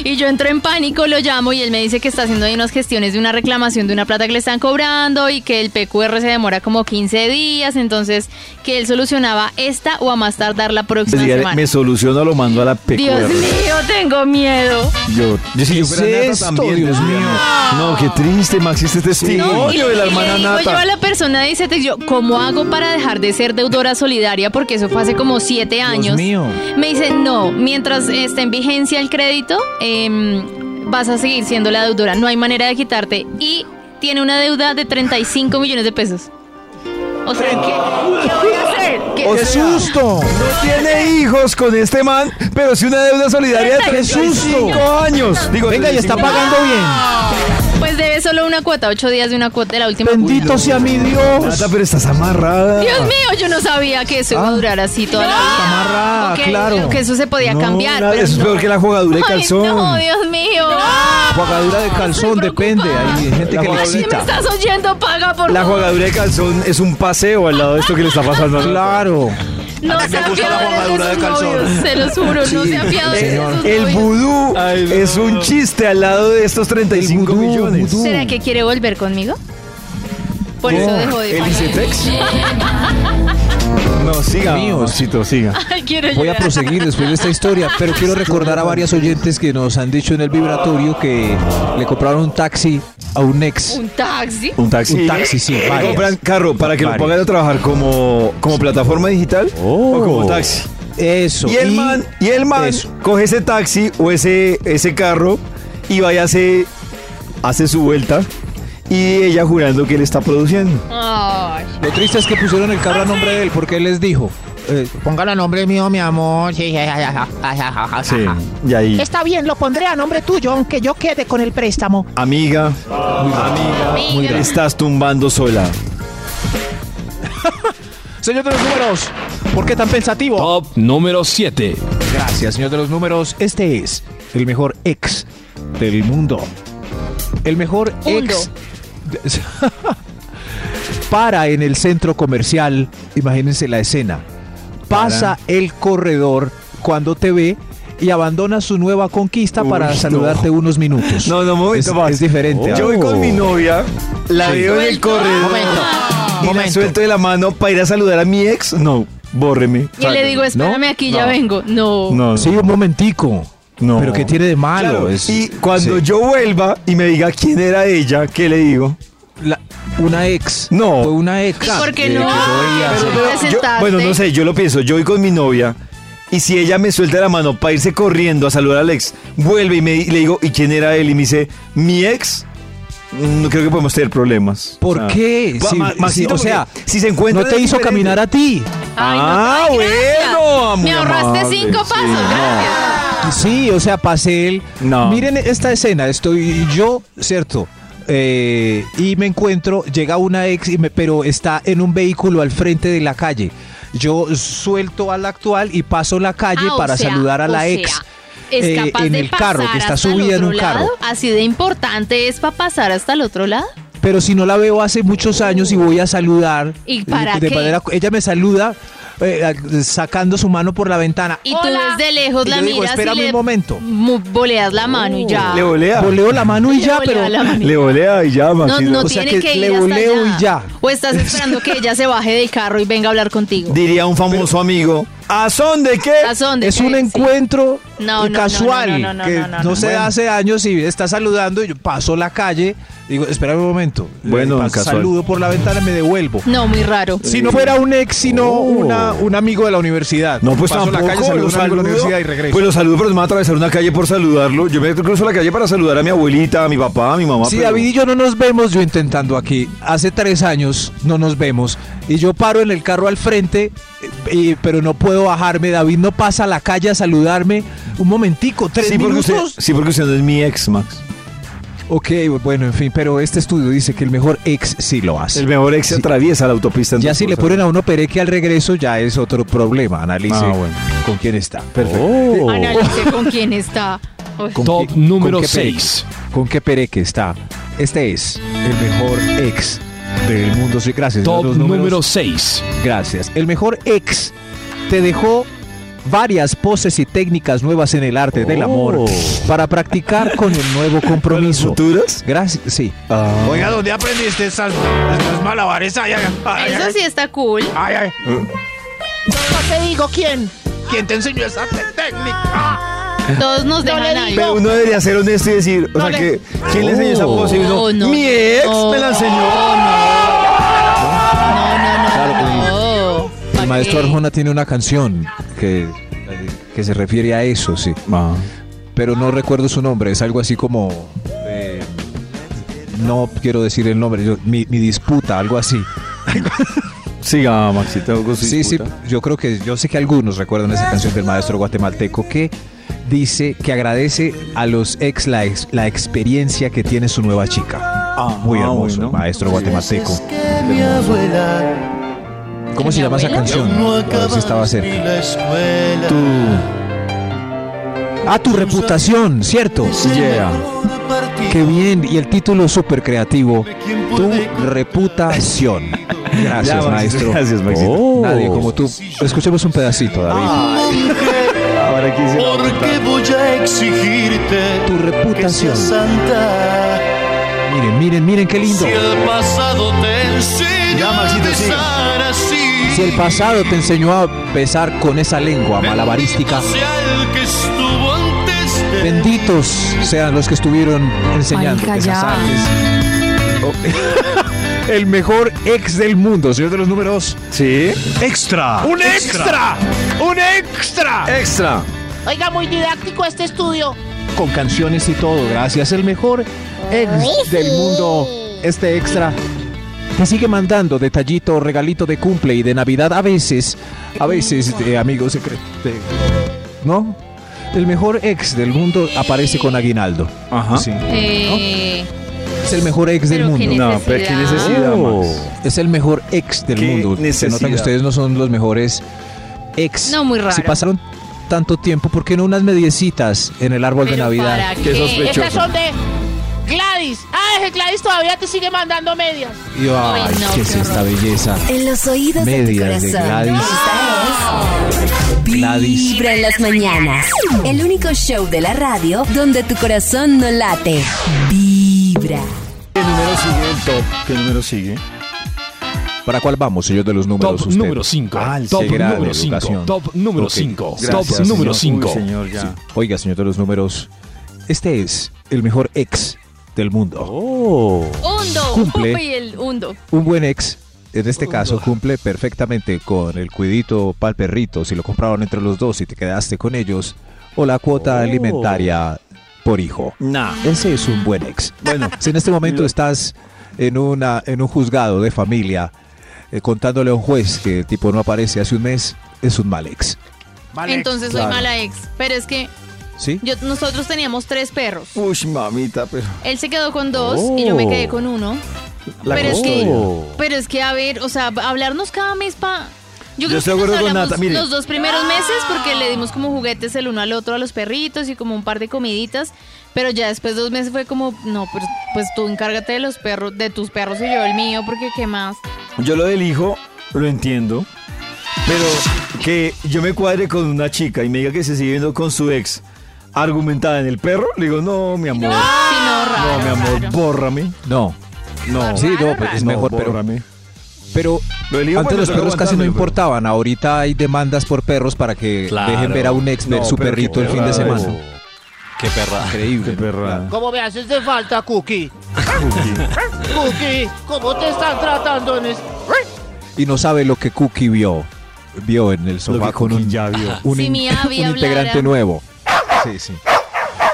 S3: Y yo entro en pánico, lo llamo y él me dice que está haciendo ahí unas gestiones de una reclamación de una plata que le están cobrando y que el PQR se demora como 15 días, entonces que él solucionaba esta o a más tardar la próxima
S2: Pues Dígale,
S3: semana.
S2: me soluciona, lo mando a la PQR.
S3: Dios mío, tengo miedo.
S2: Yo, yo si yo
S4: ¿Qué
S2: fuera
S4: es
S2: Nata
S4: esto,
S2: también,
S4: Dios mío?
S2: No, qué triste, Max, este testimonio
S3: y-
S2: de la
S3: y
S2: hermana
S3: le digo yo a
S2: Nata.
S3: la persona de ICETEX, yo, ¿cómo hago para dejar de ser deudora solidaria? Porque eso fue hace como siete años.
S4: mío.
S3: Me dice, no, mientras esté en vigencia el crédito, em, vas a seguir siendo la deudora. No hay manera de quitarte. Y tiene una deuda de 35 millones de pesos. O sea, ¿qué, qué voy a hacer? ¿Qué-
S2: O sea,
S4: ¡Susto!
S2: No tiene hijos con este man, pero sí una deuda solidaria de
S4: ¡Qué susto!
S2: 35 años. Digo,
S4: Venga, y está
S2: 35.
S4: pagando bien.
S3: Pues debe solo una cuota, ocho días de una cuota de la última.
S4: ¡Bendito sea mi Dios!
S2: Nata, pero estás amarrada.
S3: Dios mío, yo no sabía que eso iba a durar así toda la vida.
S4: Tamarra,
S3: Ok,
S4: Ah. claro.
S3: Lo que eso se podía
S4: No,
S3: cambiar.
S4: nada,
S3: pero
S4: eso es
S3: no.
S4: peor que la jugadura de
S3: Ay,
S4: calzón.
S3: no, Dios mío.
S4: Jugadura de calzón, depende. Hay gente que le
S3: Si me
S4: excita.
S3: estás oyendo, paga por
S2: La
S3: favor.
S2: jugadura de calzón es un paseo al lado de esto que le está pasando.
S4: Claro.
S3: No se
S2: gusta la
S3: apiaden
S2: jugadura
S3: de
S2: de
S3: sus
S2: calzón.
S3: novios, se los juro, no se apiaden de sus
S2: El
S3: novios.
S2: vudú es un chiste al lado de estos 35 millones.
S3: ¿Será que quiere volver conmigo? Por eso dejó de
S2: ¿El Icetex?
S4: No, siga. siga.
S3: Ay, Quiero
S4: Voy a
S3: llorar.
S4: proseguir después de esta historia, pero quiero recordar a varias oyentes que nos han dicho en el vibratorio que le compraron un taxi a un ex.
S3: ¿Un taxi?
S4: Un taxi. Un taxi, sí.
S2: ¿Le
S4: varias.
S2: compran Eh, carro para que lo
S4: Varias.
S2: pongan a trabajar como, como plataforma digital o Oh, como taxi?
S4: Oh. Eso.
S2: Y el man, y el man
S4: eso.
S2: coge ese taxi o ese, ese carro y vaya hace, hace su vuelta y ella jurando que él está produciendo.
S3: Ay.
S4: Lo triste es que pusieron el carro a nombre de él porque él les dijo. eh,
S9: Póngalo a nombre mío, mi amor. Sí, ja, ja, ja, ja, ja, ja, ja, ja.
S2: Y ahí,
S9: Está bien, lo pondré a nombre tuyo, aunque yo quede con el préstamo.
S2: amiga,
S3: Amiga.
S2: te estás tumbando sola.
S5: Señor de los números, ¿por qué tan pensativo?
S8: Top número 7.
S4: Gracias, señor de los números. Este es el mejor ex del mundo. El mejor ex. Para en el centro comercial, imagínense la escena. Pasa el corredor cuando te ve y abandona su nueva conquista
S2: Uy,
S4: para
S2: no.
S4: saludarte unos minutos.
S2: No, no, un momento
S4: es,
S2: más.
S4: es diferente. ¿ah? Oh.
S2: Yo voy con mi novia, la
S4: Sí.
S2: veo en el corredor.
S9: Momento.
S2: Y la
S9: Momento.
S2: suelto de la mano para ir a saludar a mi ex. No, bórreme.
S3: Y le digo, espérame aquí, ya vengo. No.
S2: No,
S4: Sí, un momentico.
S2: No.
S4: Pero ¿qué tiene de malo?
S2: Claro,
S4: Es-
S2: y cuando
S4: sí.
S2: yo vuelva y me diga quién era ella, ¿qué le digo?
S4: La- una ex.
S2: No.
S4: Fue una ex.
S3: ¿Y por qué
S4: Eh, que
S3: no?
S4: yo veía,
S3: Pero-
S4: sí.
S3: pero-
S2: Yo-
S3: presentaste.
S2: bueno, no sé, yo lo pienso. Yo voy con mi novia y si ella me suelta la mano para irse corriendo a saludar al ex, vuelve y, me, y le digo, ¿y quién era él? Y me dice, ¿mi ex? No creo que podemos tener problemas.
S4: ¿Por
S2: O sea,
S4: qué?
S2: pa-
S4: Si-
S2: Ah. Ma- Maxito,
S4: o sea,
S2: porque si se encuentra.
S4: no te hizo caminar a ti.
S3: Ay, no,
S2: Ah,
S3: ay, gracias.
S2: bueno, muy
S3: Me ahorraste
S2: amable,
S3: cinco
S2: sí,
S3: pasos,
S2: no.
S3: gracias.
S4: Sí, o sea, pasé el...
S2: No.
S4: Miren esta escena, estoy yo, ¿cierto? Eh, y me encuentro, llega una ex, y me- pero está en un vehículo al frente de la calle. Yo suelto a la actual y paso la calle
S3: Ah, o
S4: para
S3: sea,
S4: saludar a
S3: o
S4: la
S3: sea,
S4: ex.
S3: Es
S4: eh,
S3: capaz
S4: en
S3: de
S4: el carro,
S3: pasar
S4: que está
S3: hasta el
S4: subida en
S3: otro
S4: un carro.
S3: lado. Así de importante es para pasar hasta el otro lado.
S4: Pero si no la veo hace muchos años y voy a saludar.
S3: ¿Y para
S4: de
S3: qué?
S4: manera- ella me saluda eh, a- sacando su mano por la ventana.
S3: Y tú desde lejos
S4: Y
S3: la
S4: yo digo,
S3: miras
S4: espérame
S3: y le
S4: un momento.
S3: mu- voleas la mano y ya.
S2: Le volea.
S4: Voleo la mano y
S3: Le
S4: ya,
S3: volea
S4: pero.
S3: la mano.
S2: Le volea y ya,
S3: No,
S2: Maxito.
S3: no
S4: O sea
S3: tiene
S4: que
S3: que,
S4: le
S3: ir hasta
S4: voleo
S3: allá.
S4: y ya.
S3: O estás esperando que ella se baje del carro y venga a hablar contigo.
S2: Diría un famoso amigo, ¿a son de qué?
S3: ¿A dónde?
S4: Es un
S3: Sí.
S4: encuentro
S3: No, no, no,
S4: casual
S3: no, no, no,
S4: que
S3: no,
S4: no,
S3: no, no.
S4: se da hace años y está saludando y yo paso la calle, digo, espérame un momento.
S2: Bueno,
S4: Le paso-
S2: casual.
S4: saludo por la ventana y me devuelvo.
S3: No, muy raro.
S4: Si no fuera un ex, sino una, un amigo de la universidad.
S2: No, pues
S4: paso
S2: tampoco.
S4: la calle, saludo a un amigo de la universidad y regreso.
S2: Pues lo saludo, pero no me va a atravesar una calle por saludarlo. Yo me cruzo la calle para saludar a mi abuelita, a mi papá, a mi mamá.
S4: Si
S2: pero-
S4: David y yo no nos vemos, yo intentando aquí, hace tres años no nos vemos, y yo paro en el carro al frente, eh, y- pero no puedo bajarme, David no pasa a la calle a saludarme, un momentico, tres
S2: sí, porque
S4: minutos.
S2: usted, sí, porque usted no es mi ex, Max.
S4: Ok, bueno, en fin, pero este estudio dice que el mejor ex sí lo hace.
S2: El mejor ex se
S4: Sí.
S2: atraviesa la
S4: Ya
S2: autopista. entonces,
S4: si le
S2: por
S4: ponen a uno pereque al regreso, ya es otro problema, analice
S2: Ah, bueno. Oh,
S4: con quién está.
S2: Perfecto.
S4: Oh.
S3: Analice con quién está. Uy.
S4: ¿Con
S8: Top
S4: qué- con
S8: número
S4: qué pereque?
S8: 6.
S4: ¿Con qué pereque está? Este es el mejor ex del mundo. Sí, gracias.
S8: Top
S4: Los números-
S8: número 6.
S4: Gracias. El mejor ex te dejó varias poses y técnicas nuevas en el arte del amor para practicar con el nuevo compromiso.
S2: ¿Futuras?
S4: Gracias. Sí.
S5: Oiga, ¿dónde aprendiste esas, esas malabares? Ay, ay, ay,
S3: Eso
S5: ay,
S3: sí está cool.
S5: ay, ay.
S2: Eh.
S9: No te digo quién.
S5: ¿Quién te enseñó esa te- técnica?
S3: Todos nos
S9: No
S3: dejan
S9: le
S3: ahí.
S2: Pero uno debería ser honesto y decir, o
S9: No
S2: sea,
S9: le-
S2: que, ¿quién le enseñó esa
S4: Oh.
S2: pose? Y uno,
S3: No, no.
S2: mi ex
S3: No.
S2: me la enseñó.
S3: No, ¿pa'
S4: El maestro
S3: qué?
S4: Arjona tiene una canción que, que se refiere a eso, sí.
S2: Ah,
S4: Pero no recuerdo su nombre. Es algo así como. eh, no quiero decir el nombre. yo- mi, mi disputa, algo así.
S2: Siga, Maxito. con su
S4: Sí, sí,
S2: disputa.
S4: yo creo que, yo sé que algunos recuerdan esa canción del maestro guatemalteco que dice que agradece a los ex la, ex- la experiencia que tiene su nueva Ah,
S2: Ah,
S4: chica. Muy hermoso,
S2: bueno.
S4: maestro guatemalteco. ¿Cómo se
S3: mi
S4: llama esa
S3: abuela.
S4: canción? A ver si estaba cerca. Tu... Ah, tu reputación, ¿cierto? Yeah. Qué bien. Y el título súper creativo. Tu reputación. Gracias,
S2: Ya, Maxito,
S4: maestro.
S2: gracias, Maxito.
S4: Oh. Ah. Nadie como tú. Escuchemos un pedacito, David.
S2: Ahora aquí se va a
S10: Porque voy a exigirte
S4: Tu reputación.
S10: santa.
S4: Miren, miren, miren qué lindo.
S10: Si el pasado te enseñó a besar así,
S4: Si el pasado te enseñó a pesar con esa lengua malabarística,
S10: sea el que estuvo antes de
S4: benditos sean los que estuvieron enseñando
S3: Marica,
S4: esas
S3: ya.
S4: artes. Oh. El mejor ex del mundo, señor de los números.
S2: Sí.
S8: Extra.
S5: ¡Un extra! ¡Un extra!
S2: Extra.
S9: Oiga, muy didáctico este estudio.
S4: Con canciones y todo, gracias. El mejor ex del mundo, este extra. Te sigue mandando detallito, regalito de cumple y de Navidad a veces, a veces, de amigos secretos. ¿No? El mejor ex del mundo aparece con aguinaldo.
S2: Ajá.
S4: Sí.
S3: Eh,
S4: Es el mejor ex del
S3: Pero qué
S4: mundo.
S2: No, pero qué necesidad,
S4: Oh,
S2: Max.
S4: Es el mejor ex del
S2: Qué
S4: mundo. Se nota
S2: necesidad.
S4: que ustedes no son los mejores ex.
S3: No, muy raro.
S4: Si pasaron tanto tiempo, ¿por qué no unas mediecitas en el árbol de
S3: Pero
S4: Navidad?
S3: para
S2: Qué sospechoso.
S9: Estas son de Gladys. Ah, es que Gladis todavía te sigue mandando medias.
S4: Y, ay,
S3: Ay, no,
S4: ¿qué es
S3: qué
S4: esta belleza?
S1: En los oídos
S4: Medias
S1: de
S4: de
S1: tu corazón.
S4: Gladys.
S1: Esta es
S4: Gladys.
S1: Vibra en las mañanas. El único show de la radio donde tu corazón no late. Vibra.
S2: ¿Qué número sigue el top? ¿Qué número sigue?
S4: ¿Para cuál vamos, señor de los números?
S8: Top
S4: usted?
S8: número 5.
S4: Ah, el
S8: Top
S4: que graba
S8: número
S4: de
S8: 5.
S4: educación.
S8: Top número
S4: Ok,
S8: 5.
S4: gracias,
S8: Top número
S4: señor.
S8: 5.
S2: Uy, señor, ya.
S4: Oiga, señor de los números, este es el mejor ex del mundo.
S2: Oh.
S3: hundo.
S4: Cumple.
S3: Uy, el hundo.
S4: un buen ex, en
S2: Oh,
S4: este caso, cumple perfectamente con el cuidito pal perrito, si lo compraban entre los dos y te quedaste con ellos, o la
S2: Oh.
S4: cuota alimentaria por hijo.
S2: Nah.
S4: Ese es un buen ex. Bueno, si en este momento estás en, una, en un juzgado de familia eh, contándole a un juez que el tipo no aparece hace un mes, es un mal ex.
S3: Entonces soy
S4: Claro.
S3: mala ex. Pero es que
S4: ¿Sí?
S3: yo- nosotros teníamos tres perros.
S2: Uy, mamita, pero.
S3: Él se quedó con dos y yo me quedé con uno. pero es que, pero es que a ver, o sea, hablarnos cada mes pa.
S2: Yo
S3: Yo creo
S2: estoy de
S3: que nos
S2: acuerdo con
S3: hablamos
S2: Nata, mire.
S3: los dos primeros meses porque le dimos como juguetes el uno al otro a los perritos y como un par de comiditas, pero ya después de dos meses fue como, no, pues, pues tú encárgate de los perros, de tus perros y yo el mío, porque qué más.
S2: Yo lo del hijo lo entiendo, pero que yo me cuadre con una chica y me diga que se sigue viendo con su ex argumentada en el perro, le digo, no, mi amor,
S3: Sí, no,
S2: no,
S3: raro,
S2: mi amor,
S3: raro.
S2: bórrame.
S4: No.
S2: No,
S4: Sí, no, pues es
S2: No,
S4: mejor, pero
S2: bórrame.
S4: Pero
S2: Lo del hijo,
S4: antes los
S2: pues, me toca
S4: perros casi no
S2: aguantármelo,
S4: importaban. Ahorita hay demandas por perros para que
S7: Claro.
S4: dejen ver a un ex ver
S2: No,
S4: su
S2: pero
S4: perrito
S2: qué
S4: el fin de
S2: perra
S4: semana.
S7: Qué perra.
S4: Increíble.
S2: Qué perra.
S9: ¿Cómo me haces de falta, Cookie? Cookie, ¿cómo te están tratando en este?
S4: Y no sabe lo que Cookie vio. Vio en el sofá con un, un,
S3: Si
S4: in-
S3: mi Abby
S4: un integrante
S3: hablara.
S4: nuevo. Sí, sí.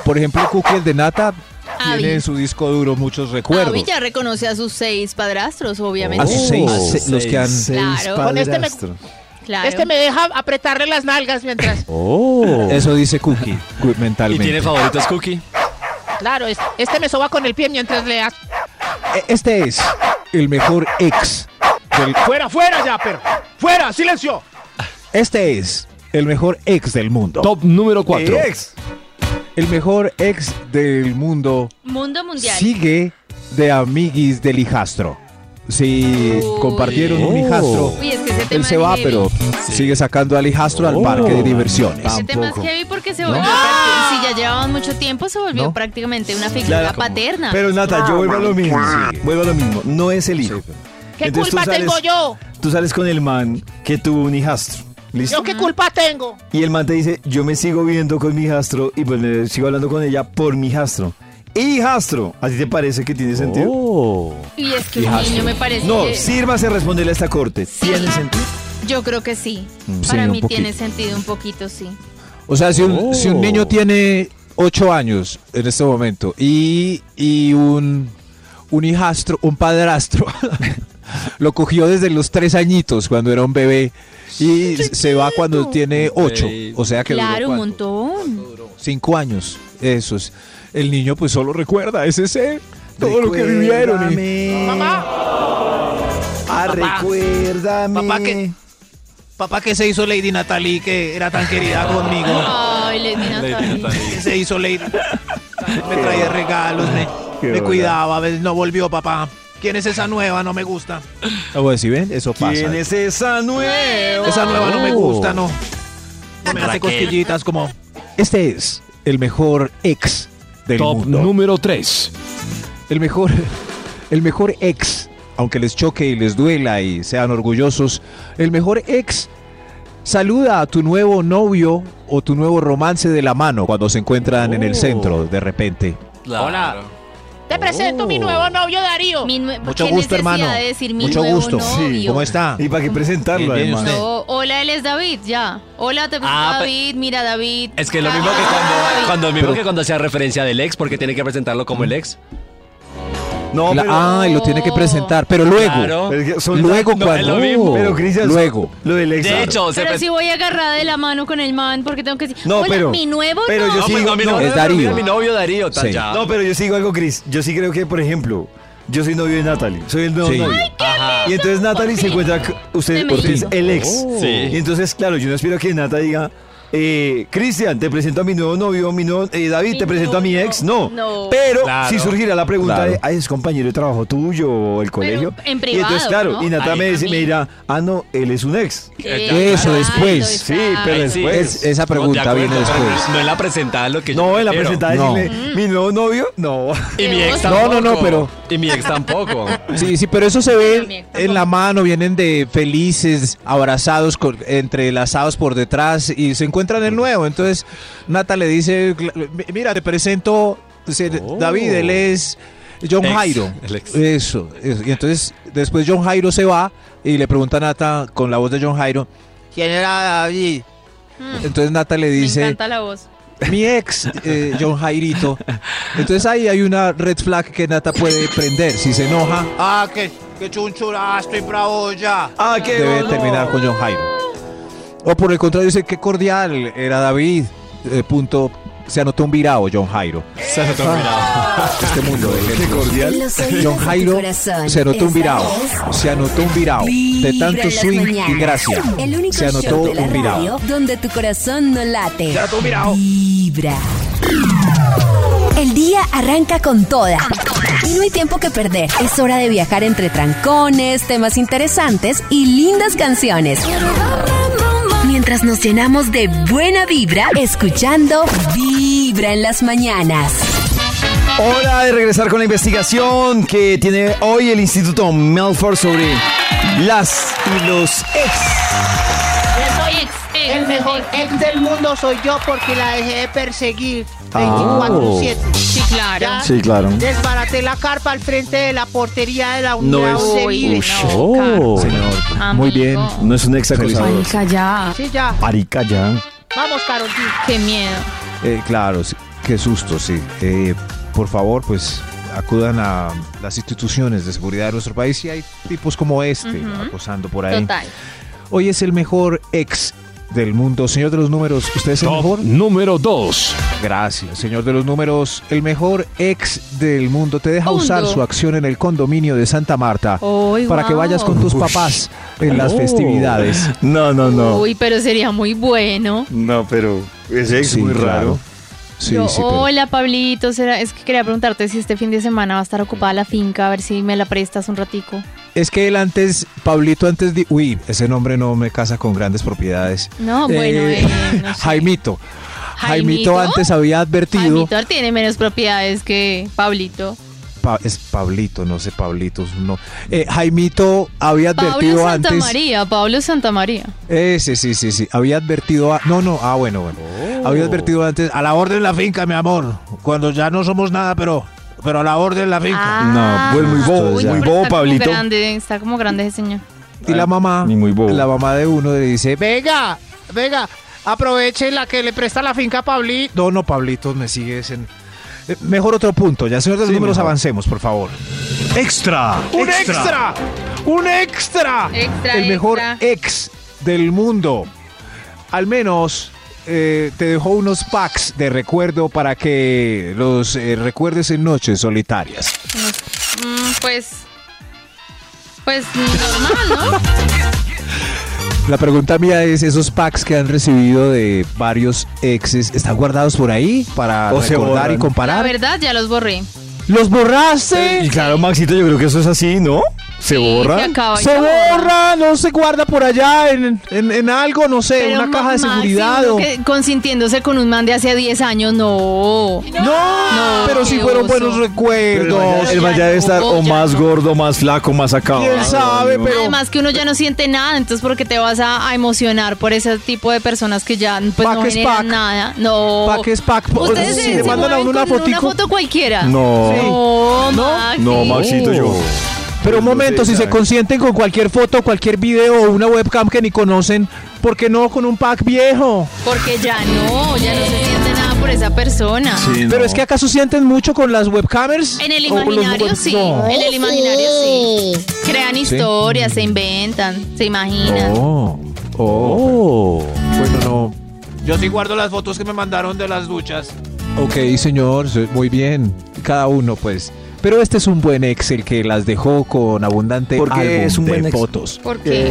S4: Por ejemplo, Cookie, el de Nata,
S3: Abby.
S4: tiene en su disco duro muchos
S3: Avi
S4: recuerdos.
S3: ya reconoce a sus seis padrastros, obviamente.
S4: A sus seis,
S2: Oh,
S4: se- los que han...
S3: Claro.
S9: Con este me-
S2: padrastro.
S3: Claro.
S9: Este me deja apretarle las nalgas mientras.
S2: Oh.
S4: Oh. Eso dice Cookie cu-
S7: ¿Y
S4: mentalmente.
S7: tiene favoritos Cookie?
S9: Claro, es- este me soba con el pie mientras le das.
S4: E- Este es el mejor ex del
S5: ¡Fuera, fuera ya, perro! ¡Fuera! ¡Silencio!
S4: Este es el mejor ex del mundo.
S8: Top número 4.
S2: Ex.
S4: El mejor ex del mundo
S3: Mundo mundial.
S4: sigue de amiguis del hijastro. Si
S3: Uy.
S4: compartieron un hijastro,
S3: Uy, es que ese tema
S4: él se
S3: es
S4: va,
S3: heavy.
S4: pero sigue sacando al hijastro al parque de diversiones.
S3: Ese tema es heavy porque se volvió prácti- Si ya llevaban mucho tiempo, se volvió
S4: ¿No?
S3: prácticamente una figura
S2: Claro, como-
S3: paterna.
S2: Pero Nata, yo vuelvo a lo mismo. Vuelvo a lo mismo. No es el hijo.
S9: ¿Qué
S2: Entonces tú
S9: culpa
S2: sales-
S9: tengo yo?
S2: Tú sales con el man que tuvo un hijastro. ¿Listo?
S9: ¿Yo qué culpa tengo?
S2: Y el man te dice, yo me sigo viendo con mi hijastro y pues me sigo hablando con ella por mi hijastro. ¡Hijastro! ¿A ti te parece que tiene sentido?
S4: Oh.
S3: y es que un niño me parece
S2: No,
S3: que-
S2: sírvase a responderle a esta corte. ¿Tiene sentido?
S3: Yo creo que sí.
S4: Mm, Sí,
S3: Para
S4: un
S3: mí
S4: poquito. Ah,
S3: tiene sentido un poquito, sí.
S4: O sea, si un, si un niño tiene ocho años en este momento y, y un, un hijastro, un padrastro, lo cogió desde los tres añitos cuando era un bebé y se va cuando tiene ocho. O sea que duró
S3: Claro, un
S4: cuánto?
S3: montón.
S4: cinco años. Eso es. El niño pues solo recuerda ese ser, todo lo que
S2: Recuérdame.
S4: vivieron. y-
S9: Mamá.
S2: Ah, recuérdame.
S9: Papá que, papá que se hizo Lady Natalie, que era tan querida conmigo.
S3: Ay, Lady Natalie.
S9: Que se hizo Lady. Me traía regalos, me, me cuidaba, ¿ves? no volvió papá. ¿Quién es esa nueva? No me gusta.
S4: Oye, si Ah, ven, eso pasa.
S2: ¿Quién es esa nueva?
S9: Esa nueva no me
S4: Oh.
S9: gusta, no. No me hace cosquillitas como...
S4: Este es el mejor ex del
S8: Top
S4: mundo.
S8: número 3.
S4: El mejor, el mejor ex, aunque les choque y les duela y sean orgullosos, el mejor ex saluda a tu nuevo novio o tu nuevo romance de la mano cuando se encuentran en el centro de repente.
S7: Hola.
S6: Te presento
S9: "Oh".
S6: mi nuevo novio Darío.
S3: Mi nue-
S4: Mucho
S3: ¿qué
S4: gusto,
S3: necesidad
S4: hermano.
S3: De decir mi
S4: Mucho
S3: nuevo
S4: gusto.
S3: novio?
S4: ¿Cómo está?
S2: ¿Y para qué presentarlo,
S4: Bien, bien,
S2: además?
S4: usted.
S3: No, hola, él es David, ya. Hola, te presento
S7: Ah,
S3: a David, mira David.
S7: Es que es lo mismo que cuando, cuando, lo mismo que cuando sea referencia del ex, porque tiene que presentarlo como el ex.
S2: No,
S4: La-
S2: pero,
S4: ah, y lo tiene que presentar, pero luego.
S7: Claro.
S2: pero es que son-
S4: Luego
S7: No, es
S4: cuando.
S7: lo mismo.
S2: pero Cristian,
S4: luego.
S2: Lo del ex. Ah.
S7: De hecho, se
S3: Pero
S7: pre-
S3: si voy agarrada de la mano con el man, porque tengo que decir,
S2: No,
S3: hola,
S2: pero-
S3: mi nuevo
S2: pero yo
S3: novio.
S7: No, pues, no, mi
S2: No,
S7: novio,
S4: es
S7: pero
S4: Darío.
S7: mira, Mi novio Darío, tal,
S4: Sí.
S7: ya.
S2: No, pero yo sigo algo, Chris. Yo sí creo que, por ejemplo, yo soy novio de Natalie. Soy el nuevo
S4: Sí.
S2: novio.
S7: Ajá.
S2: Y entonces Natalie se encuentra. c- Usted,
S3: Me
S2: usted es
S3: imagino.
S2: el ex.
S4: Oh.
S7: Sí.
S2: Y entonces, claro, yo no espero que Nata diga. eh, Cristian, te presento a mi nuevo novio, mi nuevo, eh, David,
S3: Mi
S2: te presento a mi
S3: nuevo-
S2: ex, no.
S3: no.
S2: Pero
S7: Claro.
S2: si surgiera la pregunta
S4: Claro.
S2: de, ay, es compañero de trabajo tuyo o el colegio.
S3: en
S2: y entonces,
S3: privado,
S2: claro,
S3: ¿no?
S2: y Nata
S3: Ahí
S2: me, dice-
S3: también.
S2: me dirá, ah, no, él es un ex.
S3: Eh,
S4: Eso,
S3: exacto,
S4: después.
S3: exacto.
S2: Sí, pero
S7: Ahí sí.
S2: después.
S4: Es- esa
S7: No, de
S4: pregunta
S7: acuerdo,
S4: viene
S7: pero
S4: después.
S7: No en la presentada lo que yo
S2: No, en la
S7: quiero.
S2: presentada
S4: No.
S3: Mm.
S2: decirle, mi nuevo novio, no.
S7: Y mi ex
S3: No,
S7: tampoco.
S4: no, no, pero-
S7: Y mi ex tampoco.
S4: Sí, sí, pero eso se ve
S3: También, tampoco.
S4: en la mano, vienen de felices, abrazados, con- entrelazados por detrás y se encuentran el nuevo. Entonces, Nata le dice, cl- "Mi- mira, te presento, se-
S7: Oh.
S4: David, él es John
S7: Ex,
S4: Jairo.
S7: el ex.
S4: Eso, eso. Y entonces, después John Jairo se va y le pregunta a Nata con la voz de John Jairo.
S9: ¿Quién era David?
S3: Mm,
S4: Entonces Nata le
S3: Me
S4: dice,
S3: encanta la voz.
S4: mi ex, eh, John Jairito. Entonces ahí hay una red flag que Nata puede prender. Si se enoja,
S9: Ah, que, que chunchura, estoy bravo ya.
S2: Ah, qué
S4: debe
S2: dolor.
S4: terminar con John Jairo. O por el contrario, dice que cordial era David. eh, punto. Se anotó un virao, John Jairo. Ah,
S7: Se lo tengo mirado.
S4: Este mundo de gente.
S1: Los oídos
S4: John
S1: de tu
S4: Jairo
S1: corazón.
S4: se anotó un
S1: Esta
S4: virao.
S1: es
S4: Se anotó un virao. De
S1: Vibra en
S4: tanto
S1: las
S4: swing y
S1: mañanas.
S4: gracia.
S1: El único
S4: Se anotó
S1: show de la
S4: un virao.
S1: radio donde tu corazón no late.
S9: Ya tú mirado.
S1: Vibra. El día arranca con toda. Y no hay tiempo que perder. Es hora de viajar entre trancones, temas interesantes y lindas canciones. Mientras nos llenamos de buena vibra, escuchando Vibra en las mañanas.
S2: Hora de regresar con la investigación que tiene hoy el Instituto Melford sobre las y los ex.
S3: Soy ex, ex,
S6: El mejor ex del mundo soy yo porque la dejé de perseguir 24-7.
S3: Ah. Sí, claro.
S6: Ya
S2: claro.
S6: desbaraté la carpa al frente de la portería de la
S2: No
S6: unidad
S2: es-
S6: donde
S3: Uy,
S6: vive.
S3: Amigo.
S4: Muy bien.
S2: No es un ex acosador.
S3: Marica, ya.
S6: Sí, ya.
S2: Parica ya.
S6: Vamos, Carol G.
S3: Qué miedo.
S4: Eh, claro, sí. qué susto, sí. Eh, por favor, pues acudan a las instituciones de seguridad de nuestro país y hay tipos como este
S3: Ujú.
S4: acosando por ahí.
S3: Total.
S4: Hoy es el mejor ex del mundo. Señor de los números, ¿usted es el
S8: Top
S4: mejor?
S8: número 2.
S4: Gracias, señor de los números. El mejor ex del mundo. Te deja usar
S3: Mundo.
S4: su acción en el condominio de Santa Marta
S3: Uy,
S4: para que
S3: wow.
S4: vayas con tus papás en las
S2: No.
S4: festividades.
S2: No, no, no.
S3: Uy, pero sería muy bueno.
S2: No, pero ese ex es
S4: Sí,
S2: muy
S4: claro.
S2: raro.
S4: Sí,
S3: Yo,
S4: sí, pero-
S3: hola Pablito, será- es que quería preguntarte si este fin de semana va a estar ocupada la finca, a ver si me la prestas un ratico.
S4: Es que él antes, Pablito antes de... Uy, ese nombre no me casa con grandes propiedades.
S3: No, bueno,
S4: Eh,
S3: eh, no sé.
S4: Jaimito. Jaimito
S3: ¿Jaimito?
S4: antes había advertido...
S3: Jaimito tiene menos propiedades que Pablito.
S4: Pa- es Pablito, no sé, Pablito, no. Eh, Jaimito había
S3: Pablo
S4: advertido
S3: Santa
S4: antes...
S3: María, Pablo Santa María.
S4: Ese, Eh, sí, sí, sí. Había advertido... a- no, no, ah, bueno, bueno.
S2: Oh.
S4: Había advertido antes...
S5: A la orden la finca, mi amor. Cuando ya no somos nada, pero, pero a la orden la finca.
S3: Ah.
S2: No, pues muy bobo,
S3: Uy,
S2: muy
S3: pero
S2: bobo,
S3: está como
S2: Pablito.
S3: grande, está como grande ese señor.
S4: Y la mamá...
S2: ni muy bobo.
S4: La mamá de uno le dice... "Ve,
S6: Venga, venga. Aproveche la que le presta la finca a Pablito.
S4: No, no, Pablito, me sigues en... Eh, Mejor otro punto, ya, señor de los
S2: Sí,
S4: números,
S2: mejor.
S4: avancemos, por favor.
S8: Extra.
S6: ¡Un extra! ¡Un extra!
S3: Extra,
S4: el mejor ex del mundo. Al menos eh, te dejó unos packs de recuerdo para que los eh, recuerdes en noches solitarias.
S3: Mm, pues Pues normal,
S4: La pregunta mía es, ¿esos packs que han recibido de varios exes están guardados por ahí para
S2: O se
S4: recordar y
S2: borran.
S3: ¿no? La
S4: comparar?
S3: verdad, ya los borré.
S4: ¿Los borraste?
S2: Y claro, Maxito, yo creo que eso es así, ¿no? Se borra.
S3: Se acaba y
S4: Se borra, no se guarda por allá en, en- en algo, no sé,
S3: Pero
S4: una
S3: ma-
S4: caja de
S3: Maxi,
S4: seguridad
S3: uno
S4: o...
S3: que consintiéndose con un man de hace 10 años, no.
S4: No,
S3: No,
S4: pero si
S3: qué
S4: fueron
S3: oso.
S4: buenos
S2: Pero el man
S4: recuerdos.
S2: ya- el man ya debe estar
S3: no,
S2: o
S3: ya
S2: más
S3: no.
S2: gordo, más flaco, más acabado.
S4: ¿Quién sabe? Pero
S3: Además que uno ya no siente nada, entonces ¿por qué te vas a, a emocionar por ese tipo de personas que ya pues,
S4: Pack
S3: no
S4: es
S3: generan
S4: pack.
S3: nada? No.
S4: pack es pack.
S3: Ustedes
S4: Si
S3: se,
S4: le
S3: se
S4: mandan a
S3: mueven
S4: uno una
S3: con
S4: fotico.
S3: foto cualquiera.
S2: No.
S3: No,
S4: No,
S3: Maxi.
S2: No, Maxito, yo.
S4: Pero un momento, si se consienten con cualquier foto, cualquier video o una webcam que ni conocen, ¿por qué no con un pack viejo?
S3: Porque ya no, ya no se siente nada por esa persona.
S2: Sí,
S4: Pero
S2: no.
S4: es que acaso sienten mucho con las webcamers.
S3: En el
S4: ¿O con los
S3: imaginario
S4: web-
S3: sí,
S4: Oh, No.
S3: en el imaginario sí. Crean historias, se inventan, se imaginan.
S4: Oh, oh. Bueno, no.
S9: Yo sí guardo las fotos que me mandaron de las duchas.
S4: Ok, señor, se- muy bien. Cada uno, pues. Pero este es un buen Excel que las dejó con abundante
S2: ¿Por qué
S4: álbum
S2: es un
S4: de
S2: buen ex?
S4: fotos.
S3: Porque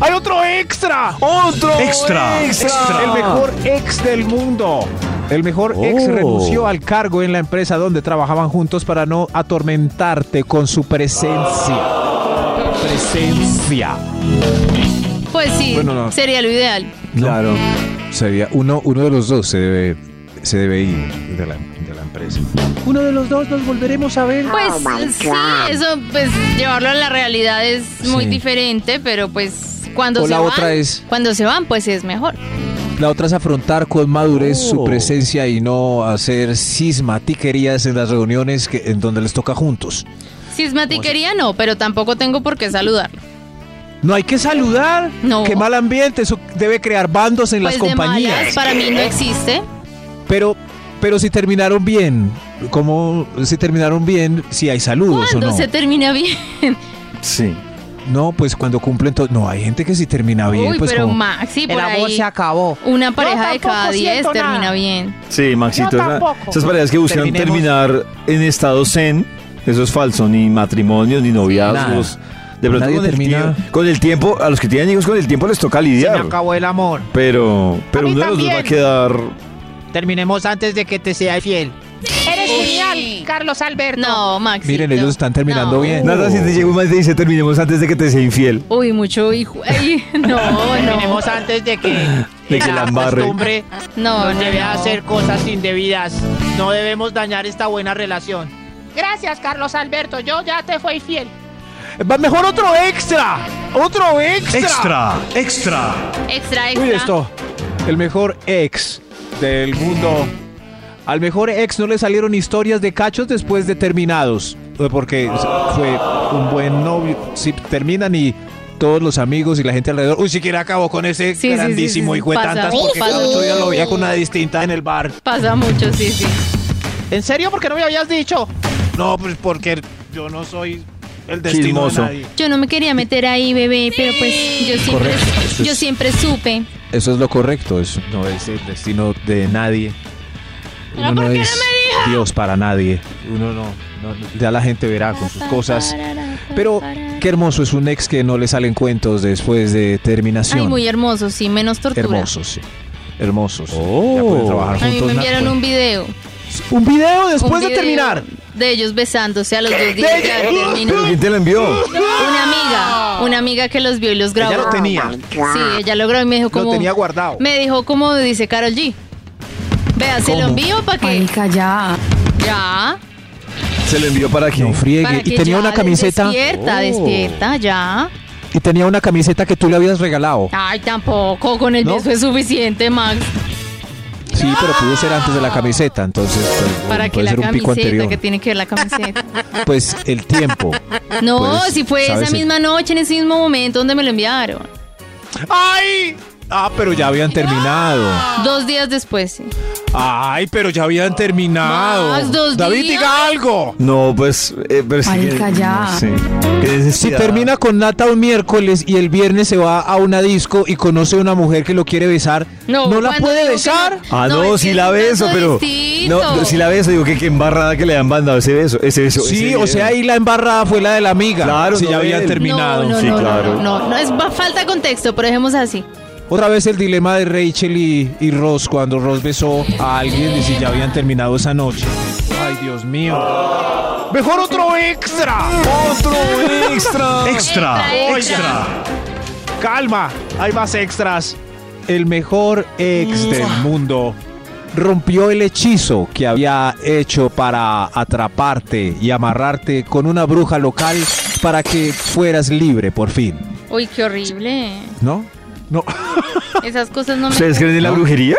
S9: ¡Hay otro extra!
S2: ¡Otro!
S8: Extra, extra.
S4: El mejor ex del mundo. El mejor ex
S2: Oh.
S4: renunció al cargo en la empresa donde trabajaban juntos para no atormentarte con su presencia. Presencia.
S3: pues sí,
S4: Bueno, no.
S3: sería lo ideal.
S2: Claro.
S4: Sería uno, uno de los dos se debe, se debe ir de la, de la empresa.
S9: Uno de los dos nos volveremos a
S4: Oh,
S9: ver.
S3: Pues sí, eso pues llevarlo a la realidad es muy
S4: Sí.
S3: diferente, pero pues cuando
S4: O
S3: se
S4: la
S3: van,
S4: otra es-
S3: cuando se van pues es mejor.
S4: La otra es afrontar con madurez su
S2: Oh.
S4: presencia y no hacer cismatiquerías en las reuniones que, en donde les toca juntos.
S3: Si es matiquería no, pero tampoco tengo por qué saludarlo.
S4: No hay que saludar.
S3: No.
S4: Qué mal ambiente. Eso debe crear bandos en las
S3: pues de
S4: compañías.
S3: malas para mí no existe.
S4: Pero, pero si terminaron bien, como si terminaron bien, si hay saludos
S3: Cuando
S4: o no.
S3: se termina bien.
S2: Sí.
S4: No, pues cuando cumplen todo. No, hay gente que si termina bien,
S3: Uy,
S4: pues
S3: pero
S4: como-
S3: Maxi por
S6: El amor
S3: ahí
S6: se acabó.
S3: una pareja de
S9: tampoco
S3: cada diez
S9: siento
S3: termina
S9: nada.
S3: bien.
S2: Sí, Maxito.
S9: Yo
S2: es la-
S9: tampoco.
S2: esas parejas que buscan
S9: Terminemos.
S2: terminar en estado zen, eso es falso. Ni matrimonios, ni noviazgos. De pronto
S4: Nadie
S2: con el,
S4: termina-
S2: tie- con el tiempo, a los que tienen hijos con el tiempo les toca
S9: Se me
S2: lidiar.
S9: acabó el amor.
S2: Pero, pero
S9: mí
S2: uno de los dos va a
S9: también.
S2: quedar.
S6: Terminemos antes de que te sea fiel.
S11: Eres genial, Carlos Alberto.
S3: No, Maxi.
S4: Miren, ellos están terminando
S3: No.
S4: bien.
S2: Nada, si te llega un man y te dice terminemos antes de que te sea infiel.
S3: Uy, mucho hijo. Ay, no, no.
S6: Terminemos antes de que
S2: De que la embarre.
S6: costumbre
S3: No,
S6: nos
S3: no,
S6: lleve
S3: no.
S6: a hacer cosas indebidas. No debemos dañar esta buena relación.
S11: Gracias, Carlos Alberto. Yo ya te fui fiel.
S9: Va mejor otro extra. Otro extra.
S8: Extra, extra.
S3: Extra, extra.
S4: Uy, esto. El mejor ex del mundo. Al mejor ex no le salieron historias de cachos después de terminados. eh, Porque fue un buen novio. Si terminan y todos los amigos y la gente alrededor.
S9: Uy, siquiera acabo con ese
S3: Sí, sí, sí,
S9: grandísimo
S3: sí, sí.
S9: hijo de
S3: Pasa,
S9: tantas
S3: sí,
S9: porque
S3: pasa.
S9: el otro día lo veía con una distinta en el bar.
S3: Pasa mucho, sí, sí.
S6: ¿En serio? ¿Por qué no me habías dicho?
S9: No, pues porque yo no soy el destino
S2: Chismoso.
S9: de nadie.
S3: Yo no me quería meter ahí, bebé, pero pues yo siempre, yo siempre supe.
S4: Eso es lo correcto. Eso no es el destino de nadie. Uno no es Dios para nadie. Uno no, no- no- Ya la gente verá con sus cosas. Pero qué hermoso es un ex que no le salen cuentos después de terminación.
S3: Ay, muy hermoso, sí, menos tortura.
S4: Hermosos, sí. Hermosos.
S2: Oh.
S4: Ya pueden trabajar
S3: A mí
S4: juntos.
S3: me enviaron un video. un
S4: Un video después de
S3: video
S4: terminar.
S3: De ellos besándose a los dos días de haber
S2: ¿Pero
S3: terminado.
S2: quién te la envió?
S3: Una amiga, una amiga que los vio y los grabó.
S9: Ya lo tenía.
S3: Sí, ella lo grabó y me dijo como...
S9: Lo tenía guardado.
S3: Me dijo como dice Carol G. Vea, se lo envío para que...
S1: ya.
S3: Ya.
S2: ¿Se la envió para quién?
S4: No friegue.
S3: para
S4: Y
S3: que
S4: tenía
S3: ya
S4: una camiseta.
S3: Despierta,
S2: Oh.
S3: despierta, ya.
S4: Y tenía una camiseta que tú le habías regalado.
S3: Ay, tampoco, con el
S4: ¿No? Oh,
S3: beso es suficiente, Max.
S4: Sí, pero pudo ser antes de la camiseta. Entonces, pues,
S3: Ah, Para que
S4: puede
S3: la
S4: ser un pico
S3: camiseta,
S4: anterior.
S3: que tiene que ver la camiseta.
S4: Pues el tiempo.
S3: No,
S4: Pues,
S3: si fue
S4: ¿sabes?
S3: esa misma noche, en ese mismo momento donde me lo enviaron.
S9: ¡Ay!
S4: Ah, pero ya habían terminado.
S3: Dos días después, sí.
S4: Ay, pero ya habían terminado.
S3: Más dos
S4: David,
S3: días.
S4: diga algo.
S2: No, pues. eh, pero es que-
S3: Marica, ya.
S2: no sé. Qué
S4: Si
S2: necesidad.
S4: termina con Nata un miércoles y el viernes se va a una disco y conoce a una mujer que lo quiere besar, no, la
S3: cuando
S4: puede
S3: digo que
S4: besar.
S3: no-
S2: Ah, no,
S3: es que
S2: si
S3: es
S2: la
S3: un
S2: beso,
S3: caso
S2: pero.
S3: distinto.
S2: No, no, si la beso, digo que qué embarrada que le han mandado ese beso. Ese beso.
S4: Sí,
S2: ese
S4: o
S2: video.
S4: sea, ahí la embarrada fue la de la amiga.
S2: Claro,
S4: si
S2: no
S4: ya habían
S2: él.
S4: terminado.
S3: No, no,
S2: Sí,
S3: no, no,
S2: claro.
S3: no, no, no, es va- falta de contexto, pero dejemos así.
S4: Otra vez el dilema de Rachel y, y Ross cuando Ross besó a alguien y si ya habían terminado esa noche. Ay, Dios mío. Mejor otro extra.
S2: Otro extra.
S4: Ah.
S12: Extra. Extra.
S4: Calma, hay más extras. El mejor ex del mundo rompió el hechizo que había hecho para atraparte y amarrarte con una bruja local para que fueras libre por fin,
S3: Uy, qué horrible.
S4: ¿no? No.
S3: Esas cosas no me.
S2: ¿Ustedes creen en la
S4: No.
S2: brujería?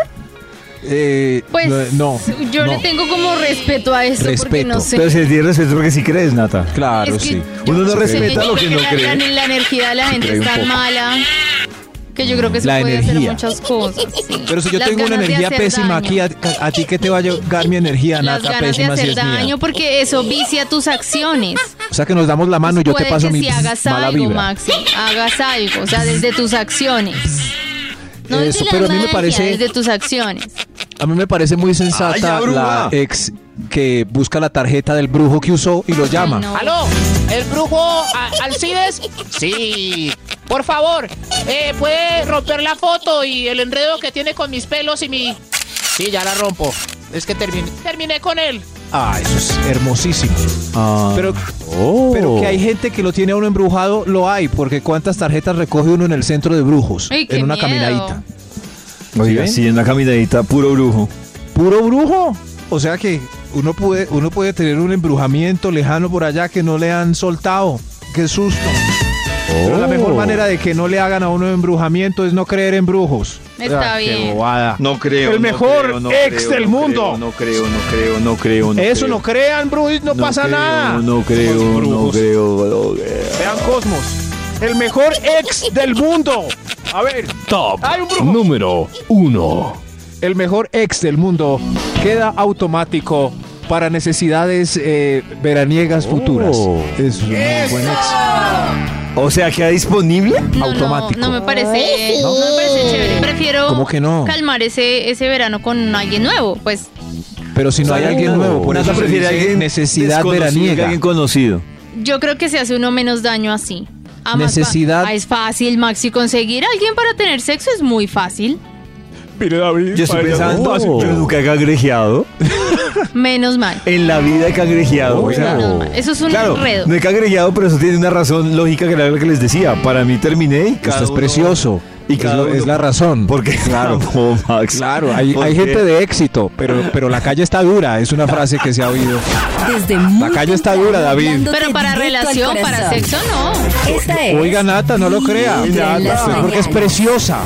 S4: Eh,
S3: Pues
S4: no.
S3: yo
S4: no.
S3: le tengo como respeto a eso porque
S4: Respeto.
S3: no sé.
S2: Pero se les tiene respeto porque si crees, Nata.
S4: Claro,
S3: Es que
S4: sí.
S3: yo
S2: Uno no
S3: sé,
S2: respeta
S3: yo
S2: lo
S3: creo
S2: que no
S3: la-
S2: cree.
S3: La, la energía de la gente
S13: cree
S3: es
S13: un
S3: tan
S13: poco.
S3: mala que yo creo que se
S4: La
S3: puede
S4: energía.
S3: hacer muchas cosas. sí.
S4: Pero si yo
S3: Las
S4: tengo una
S3: ganas de
S4: energía
S3: hacer
S4: pésima
S3: daño.
S4: aquí, a, a- a ti que te va a llegar mi energía,
S3: Las
S4: Nata,
S3: ganas de
S4: pésima si
S3: hacer
S4: es mía.
S3: daño porque eso vicia tus acciones.
S4: O sea que nos damos la mano y yo
S3: puede
S4: te paso
S3: que
S4: mi
S3: si hagas
S4: mala
S3: algo,
S4: vibra.
S3: Maxi, hagas algo, o sea, desde tus acciones. No
S4: Eso,
S3: desde la
S4: pero a mí me
S3: magia,
S4: parece-
S3: desde tus acciones.
S4: A mí me parece muy sensata
S2: Ay,
S4: la
S2: Abruma.
S4: ex que busca la tarjeta del brujo que usó y lo llama.
S3: no.
S9: ¿Aló? ¿El brujo A- Alcides? Sí. Por favor, eh, ¿puede romper la foto y el enredo que tiene con mis pelos y mi... Sí, ya la rompo. Es que terminé, terminé con él.
S4: Ah, eso es hermosísimo.
S2: Ah.
S4: Pero,
S2: Oh.
S4: pero que hay gente que lo tiene a uno embrujado, lo hay, porque cuántas tarjetas recoge uno en el centro de brujos,
S3: Ay, qué
S4: en una
S3: miedo.
S4: caminadita.
S2: Oiga,
S4: ¿Sí
S2: sí, en la caminadita, puro brujo.
S4: Puro brujo. O sea que uno puede, uno puede tener un embrujamiento lejano por allá que no le han soltado. Qué susto. Pero la
S2: Oh.
S4: mejor manera de que no le hagan a uno embrujamiento es no creer en brujos.
S3: Está bien.
S4: Ah, Qué bobada.
S2: No creo.
S4: El
S2: no
S4: mejor
S2: creo, no
S4: ex
S2: creo,
S4: del
S2: no
S4: mundo.
S2: creo, No creo, no creo, no creo. No
S4: Eso
S2: creo.
S4: no crean, brujos, no, pasa
S2: creo,
S4: nada.
S2: No creo,
S4: Los
S2: no
S4: brujos.
S2: creo, no creo.
S4: Vean Cosmos, el mejor ex del mundo. A ver,
S12: Top
S4: Hay un brujo.
S12: número uno.
S4: el mejor ex del mundo queda automático para necesidades eh, veraniegas futuras. Oh. Es un buen ex.
S2: O sea, ¿queda disponible?
S3: No, no,
S4: automático.
S3: No, me parece, no me parece chévere. Prefiero
S4: ¿Cómo que no?
S3: calmar ese, ese verano con alguien nuevo, pues.
S4: Pero si no hay alguien nuevo, por
S2: Nata
S4: eso se
S2: prefiere
S4: dice
S2: alguien
S4: necesidad
S2: desconocido que
S4: veraniega.
S2: alguien conocido.
S3: Yo creo que se hace uno menos daño así. Ah, más fa-
S4: Necesidad.
S3: Ah, es fácil, Maxi. Conseguir a alguien para tener sexo es muy fácil.
S4: Mire, David,
S2: Yo estoy pensando, yo nunca he cangrejeado.
S3: Menos mal.
S2: En la vida he cangrejeado. o sea,
S3: Menos mal. Eso es un
S2: Claro,
S3: enredo.
S2: no he cangrejeado, pero eso tiene una razón lógica que era lo que les decía. Para mí terminé y cada
S4: Usted es
S2: uno-
S4: precioso.
S2: Y
S4: Y es,
S2: cada
S4: lo-
S2: uno-
S4: es la razón.
S2: Porque claro, Max.
S4: Claro, hay,
S2: ¿Por
S4: hay
S2: qué?
S4: gente de éxito, pero, pero la calle está dura, es una frase que se ha oído.
S1: Desde muy
S4: La calle está dura, David.
S1: hablándote
S3: Pero para
S1: directo al
S3: relación, para
S1: corazón.
S3: sexo, no.
S1: Esta es.
S4: Oiga, Nata, no lo crea.
S1: Vibra en las
S4: Nata, usted porque es
S1: mañanas.
S4: preciosa.